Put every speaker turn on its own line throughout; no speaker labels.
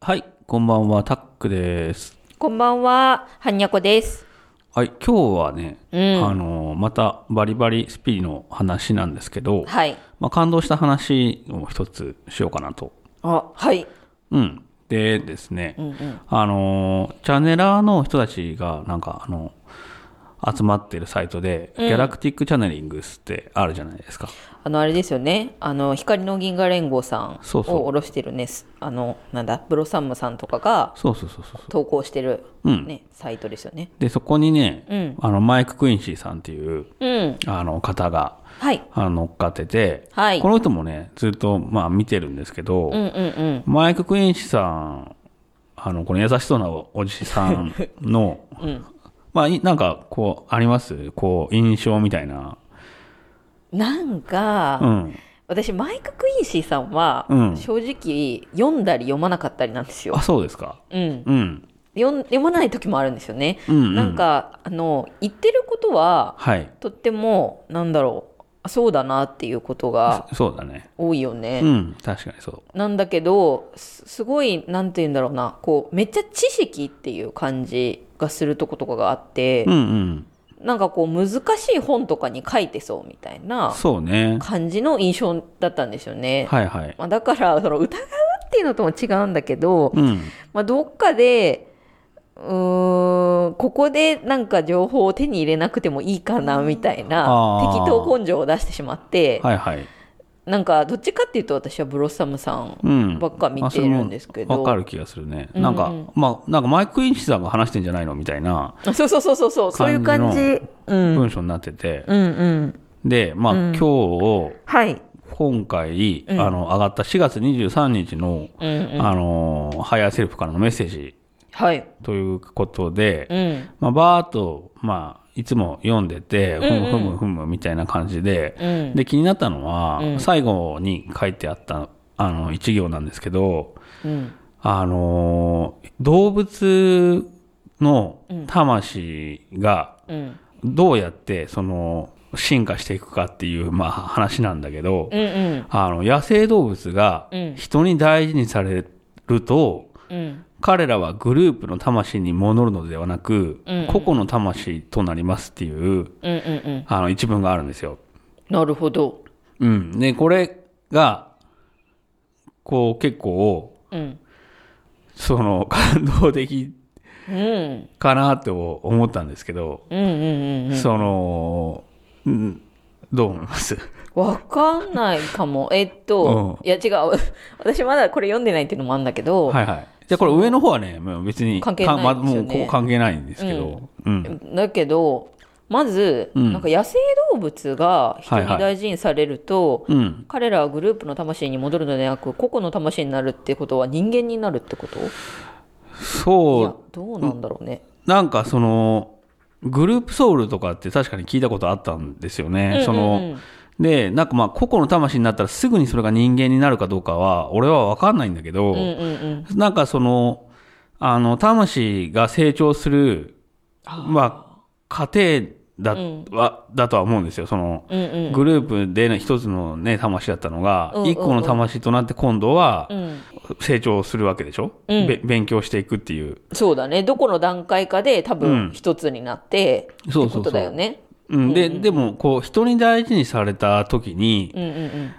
はい、こんばんは、タックです。
こんばんは、はんにゃこです。
はい、今日はね、
うん
あの、またバリバリスピの話なんですけど、
はい。
まあ、感動した話を一つしようかなと。
あ、はい。
うん。でですね、
うんうん。
あの、チャネラーの人たちが、なんか、あの、集まってるサイトで、ギャラクティックチャネリングスってあるじゃないですか。
あの、あれですよね。あの、光の銀河連合さん
そうそう
を下ろしてるね。すあの、なんだ、ブロサンムさんとかが
そうそうそうそうそう。
投稿してる、
うん
ね、サイトですよね。
で、そこにね、
うん
あの、マイク・クインシーさんっていう、
うん。
あの、方が、
はい。
あの乗っかってて、
はい
この人もね、ずっと、まあ、見てるんですけど、
うんうんうん。
マイク・クインシさん、あの、この優しそうなおおじさん の、まあ、いなんか、こう、ありますこう、印象みたいな。
なんか、
うん。
私、マイク・クインシーさんは、
うん
正直、読んだり読まなかったりなんですよ
あ、。そうですか。
うん。
うん。
読ん読まない時もあるんですよね。
うん、うん。
なん、か、あの、言ってることは、
はい。
とってもなんだろうあそうだなっていうことが
そうだね。
多いよね、
うん。確かにそう。
なんだけどすすごいなんて言うんだろうなこうめっちゃ知識っていう感じがするとことかがあって
うんうん。
なんかこう難しい本とかに書いてそうみたいな
そうね。
感じの印象だったんですよね、
はいはい。
まあ、だからその疑うっていうのとも違うんだけど、
うん。
まあ、どっかでうーんここでなんか情報を手に入れなくてもいいかなみたいな
あー
適当根性を出してしまって、
はいはい。
なんかどっちかっていうと私はブロッサムさん
うん。
ばっか見てるんですけ
まあそれも
ど、
わかる気がするね。
うんうん
なんか、まあ、なんかマイク・クインシさんが話してんじゃないのみたいな
あそうそうそうそうそうそういう感じうん、うん
文章になってて。
うん
で、まあ、今日を、
はい
今回、
うん
あの、上がった4月23日の、
うんうん
あのー、ハイヤーセルフからのメッセージ
はい
ということで、
うん
まあ、ばーっと、まあ、いつも読んでて、
んうん
ふむふむふむみたいな感じで、
うん
で、気になったのは、
うん
最後に書いてあった、あの、一行なんですけど、
うん
あのー動物の魂が
うん
どうやって、その、進化していくかっていう、まあ、話なんだけど、
うんうん
あの、野生動物が
うん
人に大事にされると、
うん
彼らはグループの魂に戻るのではなく、
うんうん
個々の魂となりますっていう、
うんうんうん
あの、一文があるんですよ。
なるほど
うん。で、これが、こう、結構、
うん
その、 感動的
うんうん
かなと思ったんですけど、
うんうんうん
その、うん、どう思います
わかんないかもえっと、
う
いや違う 私まだこれ読んでないっていうのもあるんだけど、
はいはい。じゃあこれ上の方はね、もう別に、
関係ないです
かま
よね
もうこう関係ないんですけど、うん。
だけどまず、
うん
なんか野生動物が人に大事にされると、
うん。
彼らはグループの魂に戻るのではなく個々の魂になるってことは人間になるってこといや
そ
どうなんだろうね、
う、なんかその、グループソウルとかって確かに聞いたことあったんですよね。その、で、なんかまあ、個々の魂になったらすぐにそれが人間になるかどうかは、俺はわかんないんだけど、
うんうんうん
なんかその、あの、魂が成長する、まあ、過程だ、
うん
は、だとは思うんですよ。その、
うんうん
グループでの一つのね、魂だったのが
うんう、んうん
一個の魂となって今度は
うん
成長するわけでしょ、
うん
べ勉強していくっていう。
そうだねどこの段階かで多
うん
分一つになって、
そうそ
って
うそう
ことだよね
うん、で、でも、こう、人に大事にされた時に
う、んうん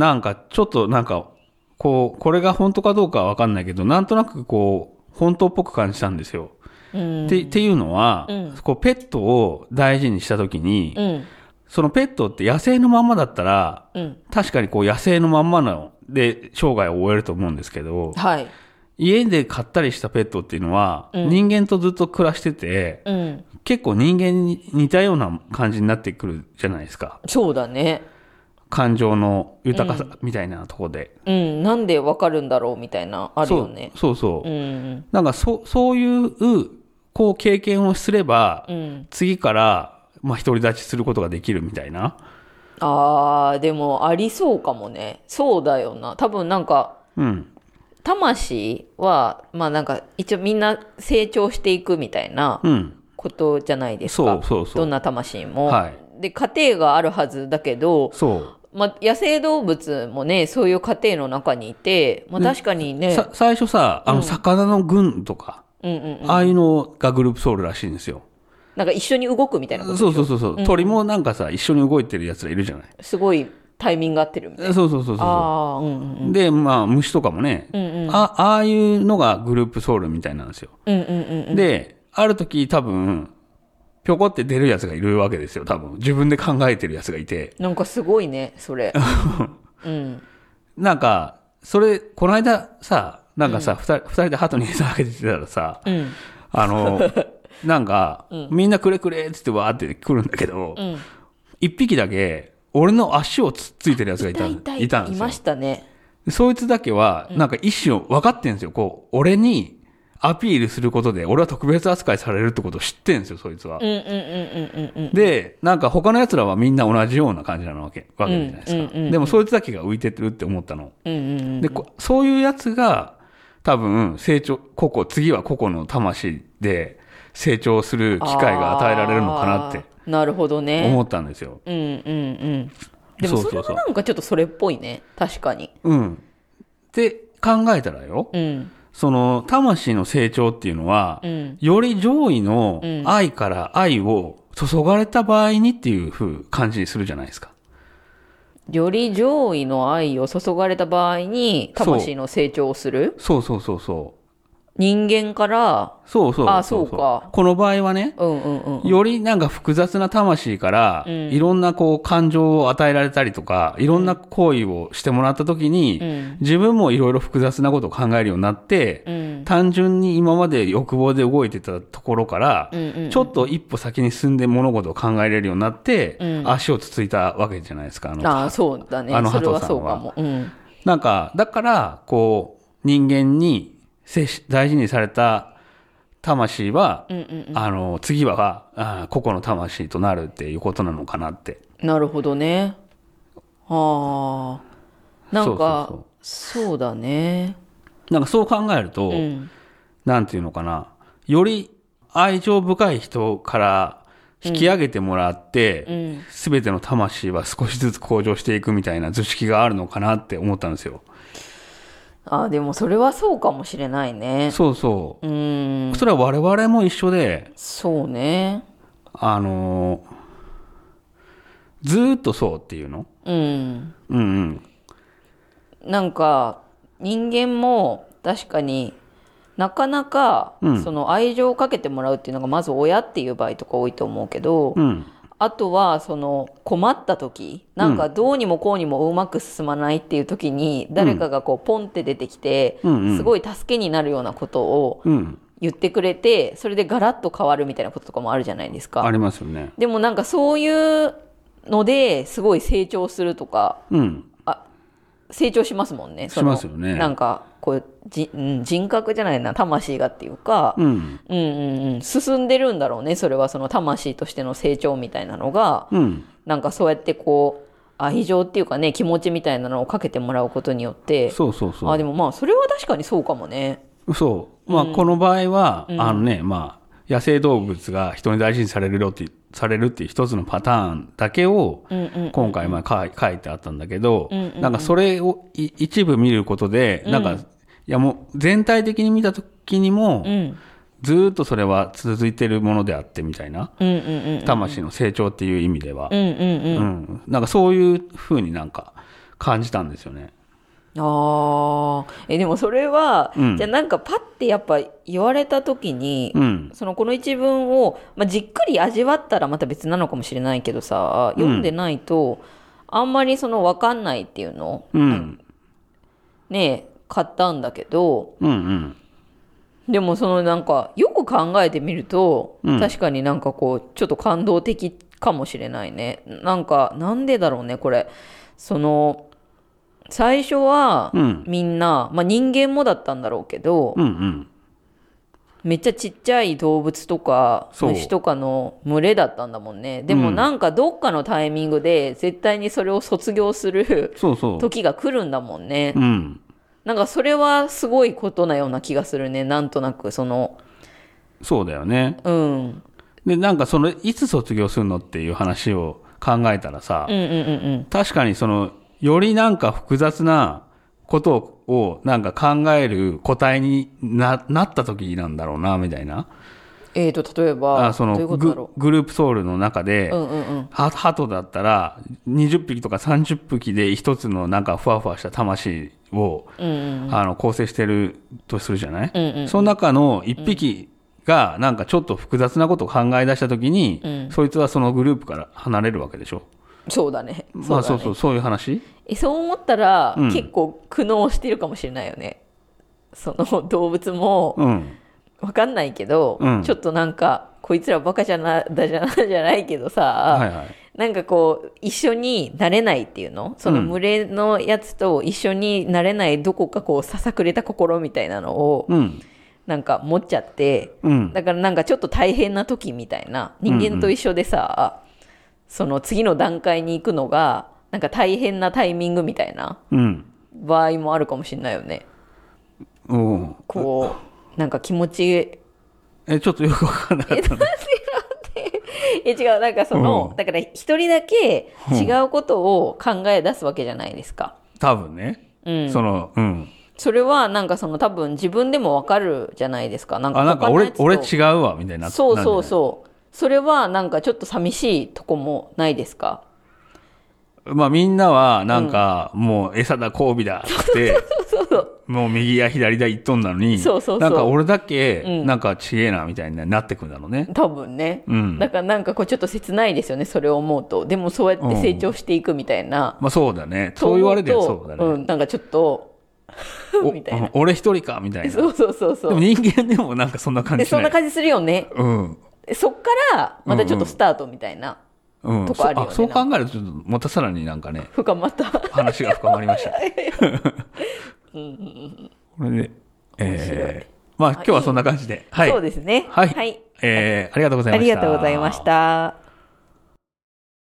なんか、ちょっと、なんか、こう、これが本当かどうかはわかんないけど、なんとなく、こう、本当っぽく感じたんですよ。
うん
ってっていうのは、
うん
こうペットを大事にした時に、
うん
そのペットって野生のまんまだったら、
うん
確かにこう野生のまんまなので生涯を終えると思うんですけど、
はい
家で飼ったりしたペットっていうのは、
うん
人間とずっと暮らしてて、
うん
結構人間に似たような感じになってくるじゃないですか。
そうだね
感情の豊かさみたいなとこで。
うんなんでわかるんだろうみたいなあるよね
そうそうそう
う。ん
なんかそ、そういう、こう経験をすれば、
うん
次から、まあ、独り立ちすることができるみたいな。
あーでもありそうかもねそうだよな多分なんか
うん。
魂はまあなんか一応みんな成長していくみたいな
うん。
ことじゃないです
そ
か
うそうそう。
どんな魂も、
はい。
で過程があるはずだけど
そう。
まあ、野生動物もねそういう家庭の中にいて、まあ、確かにね
さ最初さ、あの、魚の群とか、
うんうん、
ああいうのがグループソウルらしいんですよ。
なんか一緒に動くみたいなこと
そうそうそうそう、鳥もなんかさ、一緒に動いてる奴らいるじゃない。
すごいタイミング合ってるみたいな。
そうそうそうそ
ああ、うんうん
う。で、まあ、虫とかもね、あ、ああいうのがグループソウルみたいなんですよ。
うんうんうん
で、ある時多分、ぴょこって出るやつがいるわけですよ、多分。自分で考えてるやつがいて。
なんかすごいね それうん
なんか、それ、この間さ、なんかさ、二、人二人で鳩に餌あげてたらさ、
うん
あ の、なんか、みんなくれくれっつってわーって来るんだけど、
うん
一、匹だけ、俺の足をつっついてるやつがいたん
いたいた
いたん
い
ですよ
ま。したね
でそいつだけは、なんか意思を分かってんですよ。こう、俺にアピールすることで、俺は特別扱いされるってことを知ってんですよ、そいつは
う。んうんうんうんうんうん
で、なんか他の奴らはみんな同じような感じなわけ、わけじゃないですか。
うんうんうんうん
でもそいつだけが浮いてってるって思ったの。
うんうん
で、こそういうやつが、多分、成長、個々、次は個々の魂で成長する機会が与えられるのかなって
あーなるほどね
思ったんですよ。
うんうんうんで
そ
も
う
そ
そ
れ
うそう
もなんかちょっとそれっぽいね確かに
うん。って考えたらよ、
うん
その、魂の成長っていうのは、
うん
より上位の愛から愛を注がれた場合にっていう風感じにするじゃないですか。
より上位の愛を注がれた場合に
そう
魂の成長をする
そうそうそうそう。
人間から
そうそう
あそうか
この場合はね、
うんうんうん
よりなんか複雑な魂から、いろんなこう感情を与えられたりとか、いろんな行為をしてもらった時に、
うん
自分もいろいろ複雑なことを考えるようになって、
うん
単純に今まで欲望で動いてたところから、
うんうん
ちょっと一歩先に進んで物事を考えれるようになって、
うん
足をつついたわけじゃないですか。あの
ああそうだね
あの
それは
ハトさんは
そうかもうん
なんか、だから、こう、人間に接し大事にされた魂は、
うんうん
あの、次は、あー個々の魂となるっていうことなのかなって。
なるほどね。はあ。なんか、
そ
そううだね。
なんかそう考えると、
うん。
なんていうのかな。より愛情深い人から引き上げてもらっ
う
て、
ん。
すべ、ての魂は少しずつ向上していくみたいな図式があるのかなって思ったんですよ。
あ、でもそれはそうかもしれないね。
そうそうう。
ん。
それは我々も一緒で、
そうね。
あのーずーっとそうっていうの
うん。
うんうん。
なんか、人間も確かになかなか、その愛情をかけてもらうっていうのが、まず親っていう場合とか多いと思うけど、
うん。
あとはその困った時なんかどうにもこうにもうまく進まないっていう時に誰かがこうポンって出てきて
うんうん
すごい助けになるようなことを
うん。
言ってくれてそれでガラッと変わるみたいなこととかもあるじゃないです
あ
か。
りますよね。
でもなんかそういうのですごい成長するとか
うん。
成長しますもんね。
し
その
ますよね。
なんかこうじ、うん、人格じゃないな魂がっていうか、
うん。
うんうんうん、進んでるんだろうねそれはその魂としての成長みたいなのが。
うん。
なんかそうやってこう愛情っていうかね気持ちみたいなのをかけてもらうことによって
そうそう
あ
そ
でもまあそれは確かにそうかもね
う。そう。まあ、この場合は、あのね、まあ、野生動物が人に大事にされるよって、されるっていう一つのパターンだけを、
うんうん
今回、まあ、かい書いてあったんだけど
うんうん、
なんかそれをい一部見ることで、なんか、いやもう、全体的に見た時にも
う、ん
ずーっとそれは続いてるものであってみたいな、
うんうん
魂の成長っていう意味では
うんう、んうんうん
うん。なんかそういう風になんか感じたんですよね。
あーえでもそれは、
うん
じゃあなんかパッてやっぱ言われた時に、
うん。
そのこの一文を、まあ、じっくり味わったらまた別なのかもしれないけどさ読んでないと、あんまりその分かんないっていうの
うん。
ね買ったんだけど
うんうん。
でもそのなんかよく考えてみると、
うん
確かになんかこうちょっと感動的かもしれないねなんかなんでだろうねこれその最初は
うん
みんな、まあ、人間もだったんだろうけど、
うんうん。
めっちゃちっちゃい動物とか
そう
虫とかの群れだったんだもんねでも
うん
なんかどっかのタイミングで絶対にそれを卒業する
そうそう。
時が来るんだもんね
うん。
なんかそれはすごいことなような気がするねなんとなくその
そうだよね。
うん
で、なんかその、いつ卒業するのっていう話を考えたらさ、
うんうんうんうん
確かにその、よりなんか複雑なことをなんか考える個体にななった時なんだろうな、みたいな。
えーと例えば
あそ
どうい
の
うことだ
グ
ろ
グループソウルの中で、
ううんうんうん
は鳩だったら20匹とか30匹で一つのなんかふわふわした魂を、
うん
あの構成してるとするじゃない、
うんうん
その中の一匹がなんかちょっと複雑なことを考え出した時に、そいつはそのグループから離れるわけでしょ
そうだねそうだね、
まあそうそうそういう話
えそう思ったら、
うん
結構苦悩してるかもしれないよねその動物も
うん
わかんないけど、
うん
ちょっとなんかこいつらバカじゃなだじゃな じゃないけどさ、
はいはい
なんかこう一緒になれないっていうのその群れのやつと一緒になれないどこかこうささくれた心みたいなのを
うん
なんか持っちゃって
うん
だからなんかちょっと大変な時みたいな人間と一緒でさ、その次の段階に行くのがなんか大変なタイミングみたいな
うん
場合もあるかもしれないよね
うん
こうなんか気持ち
えちょっとよくわかんなかった
え違うなんかその、
うん
だから一人だけ違うことを考え出すわけじゃないですか。
多分ね、
うん、
そのうん
それはなんかその多分自分でもわかるじゃないですかなんか
あなんか
他のや
俺
つと
俺違うわみたいにな
そうそう
う
そうそれはなんかちょっと寂しいとこもないです か
まあみんなはなんか、もう餌だ交尾だって
そうそう
もう右や左だ言っとんなのに、
そうそうそ
な
う
んか俺だけ、
うん
なんかちげえなみたいになってくんだろうね。
多分ね、
うん。
だからなんかこうちょっと切ないですよねそれを思うとでもそうやって成長していくみたいな、
まあそうだね。そう言われて
思
そう
と
うだね。
ん、なんかちょっと
お
みたいな
うん俺一人かみたいな。で
そうそうそうそう
も人間でもなんかそんな感
で
じし
そん
な。
ない感じするよね
うん。
そっからまたちょっとスタートみたいな、
うん、
とこあるよね
そそう考えると、ちょっとまたさらになんかね、
深まった
話が深まりま した。これで、えー、まあ今日はそんな感じで。はい。
そうですね
はい。えーありがとうござい
あ
まし
り
た。
がとうございまし。た